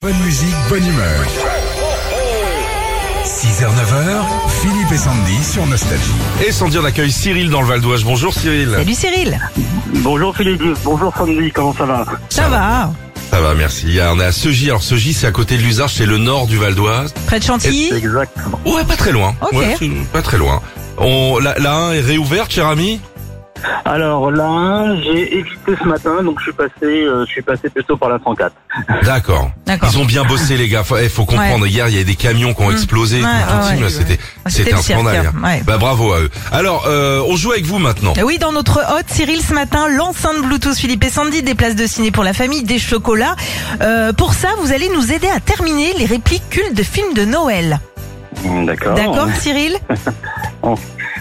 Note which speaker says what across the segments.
Speaker 1: Bonne musique, bonne humeur. 6h, 9h, Philippe et Sandy sur Nostalgie.
Speaker 2: Et sans dire d'accueil Cyril dans le Val d'Oise. Bonjour Cyril.
Speaker 3: Salut Cyril.
Speaker 4: Bonjour Philippe, bonjour Sandy, comment ça va
Speaker 3: Ça, va.
Speaker 2: Ça va, merci. Ah, On est à Seugy. Alors Seugy, c'est à côté de Luzarches, c'est le nord du Val d'Oise.
Speaker 3: Près de Chantilly
Speaker 4: Exactement.
Speaker 2: Ouais, pas très loin.
Speaker 3: Ok.
Speaker 2: Ouais, c'est pas très loin. On, la, la 1 est réouverte, cher ami
Speaker 4: Alors là, j'ai évité ce matin, donc je suis passé, euh, je suis passé plutôt par la 104.
Speaker 2: D'accord.
Speaker 3: D'accord. Mm.
Speaker 2: Ils ont bien bossé, les gars. Faut, eh, faut comprendre. Hier, il y a des camions qui ont explosé.
Speaker 3: Ouais,
Speaker 2: tout le
Speaker 3: ouais,
Speaker 2: continu,
Speaker 3: ouais.
Speaker 2: là, c'était,
Speaker 3: Ah,
Speaker 2: c'était
Speaker 3: le
Speaker 2: un
Speaker 3: cirque,
Speaker 2: scandale. hier.
Speaker 3: ouais.
Speaker 2: Bah, bravo à eux. Alors, euh, on joue avec vous maintenant.
Speaker 3: Eh Oui, dans notre hôte, Cyril, ce matin, l'enceinte Bluetooth Philippe et Sandy, des places de ciné pour la famille, des chocolats. Euh, pour ça, vous allez nous aider à terminer les répliques cultes de films de Noël.
Speaker 4: Hmm,
Speaker 2: Oh.
Speaker 4: D'accord.
Speaker 3: D'accord, Cyril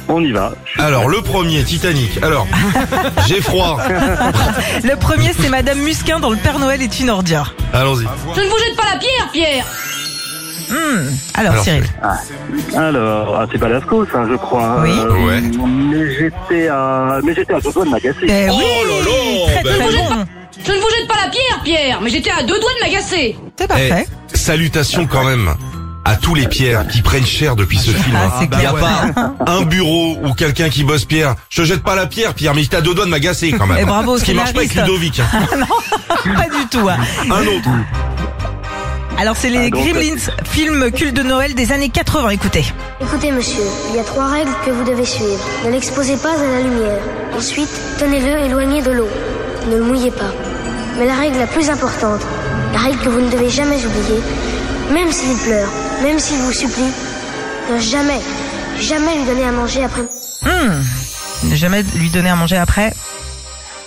Speaker 4: On y va.
Speaker 2: Alors, le premier, Titanic. Alors, j'ai froid.
Speaker 3: Le premier, c'est Madame Musquin dans Le Père Noël est une ordure.
Speaker 2: Allons-y.
Speaker 5: Je ne vous jette pas la pierre, Pierre
Speaker 3: Alors,
Speaker 2: Alors,
Speaker 3: Cyril,
Speaker 4: Alors, ah, c'est Balasco, ça, je crois. Euh,
Speaker 3: Oui.
Speaker 2: Ouais.
Speaker 4: Mais j'étais à, mais j'étais à deux doigts de Magassi.
Speaker 3: Eh
Speaker 2: Oh
Speaker 3: oui,
Speaker 2: là là,
Speaker 3: très
Speaker 2: ben
Speaker 3: très
Speaker 5: oui.
Speaker 3: bon.
Speaker 5: Je ne vous jette pas la pierre, Pierre Mais j'étais à deux doigts de m'agacer
Speaker 3: C'est parfait.
Speaker 2: Eh, salutations quand même à tous les pierres qui prennent cher depuis ce film. hein.
Speaker 3: Ah, c'est
Speaker 2: Il n'y a
Speaker 3: clair.
Speaker 2: pas un bureau ou quelqu'un qui bosse Pierre. Je te jette pas la pierre, Pierre, mais t'as deux doigts de m'agacer quand même.
Speaker 3: Eh, bravo,
Speaker 2: Ce qui marche pas avec
Speaker 3: scénariste.
Speaker 2: Ludovic. hein.
Speaker 3: Ah Pas du tout. hein.
Speaker 2: Un autre.
Speaker 3: Alors, c'est les
Speaker 2: Ah,
Speaker 4: Un grand
Speaker 3: Gremlins,
Speaker 2: euh,
Speaker 3: film culte de Noël des années 80. Écoutez.
Speaker 6: Écoutez, monsieur, il y a trois règles que vous devez suivre. Ne l'exposez pas à la lumière. Ensuite, tenez-le éloigné de l'eau. Ne le mouillez pas. Mais la règle la plus importante, la règle que vous ne devez jamais oublier, même s'il pleure, même s'il vous supplie, ne jamais, jamais lui donner à manger après.
Speaker 3: Ne jamais Mmh. lui donner à manger après.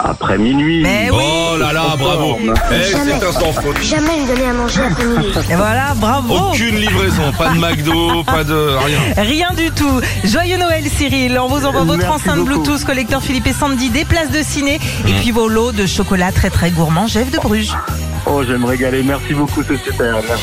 Speaker 4: Après minuit.
Speaker 3: Mais oui.
Speaker 2: Oh là là, bravo. Eh, c'est un sans faute.
Speaker 6: Jamais lui donner à manger après minuit.
Speaker 3: Et voilà, bravo.
Speaker 2: Aucune livraison, pas de McDo, pas de rien.
Speaker 3: Rien du tout. Joyeux Noël, Cyril. On vous envoie votre
Speaker 4: Merci
Speaker 3: enceinte
Speaker 4: beaucoup. Mmh.
Speaker 3: Bluetooth, collecteur Philippe et Sandy, des places de ciné et puis vos lots de chocolat très très gourmand, chef de Bruges.
Speaker 4: Oh, je vais me régaler. Merci beaucoup, c'est super. Merci.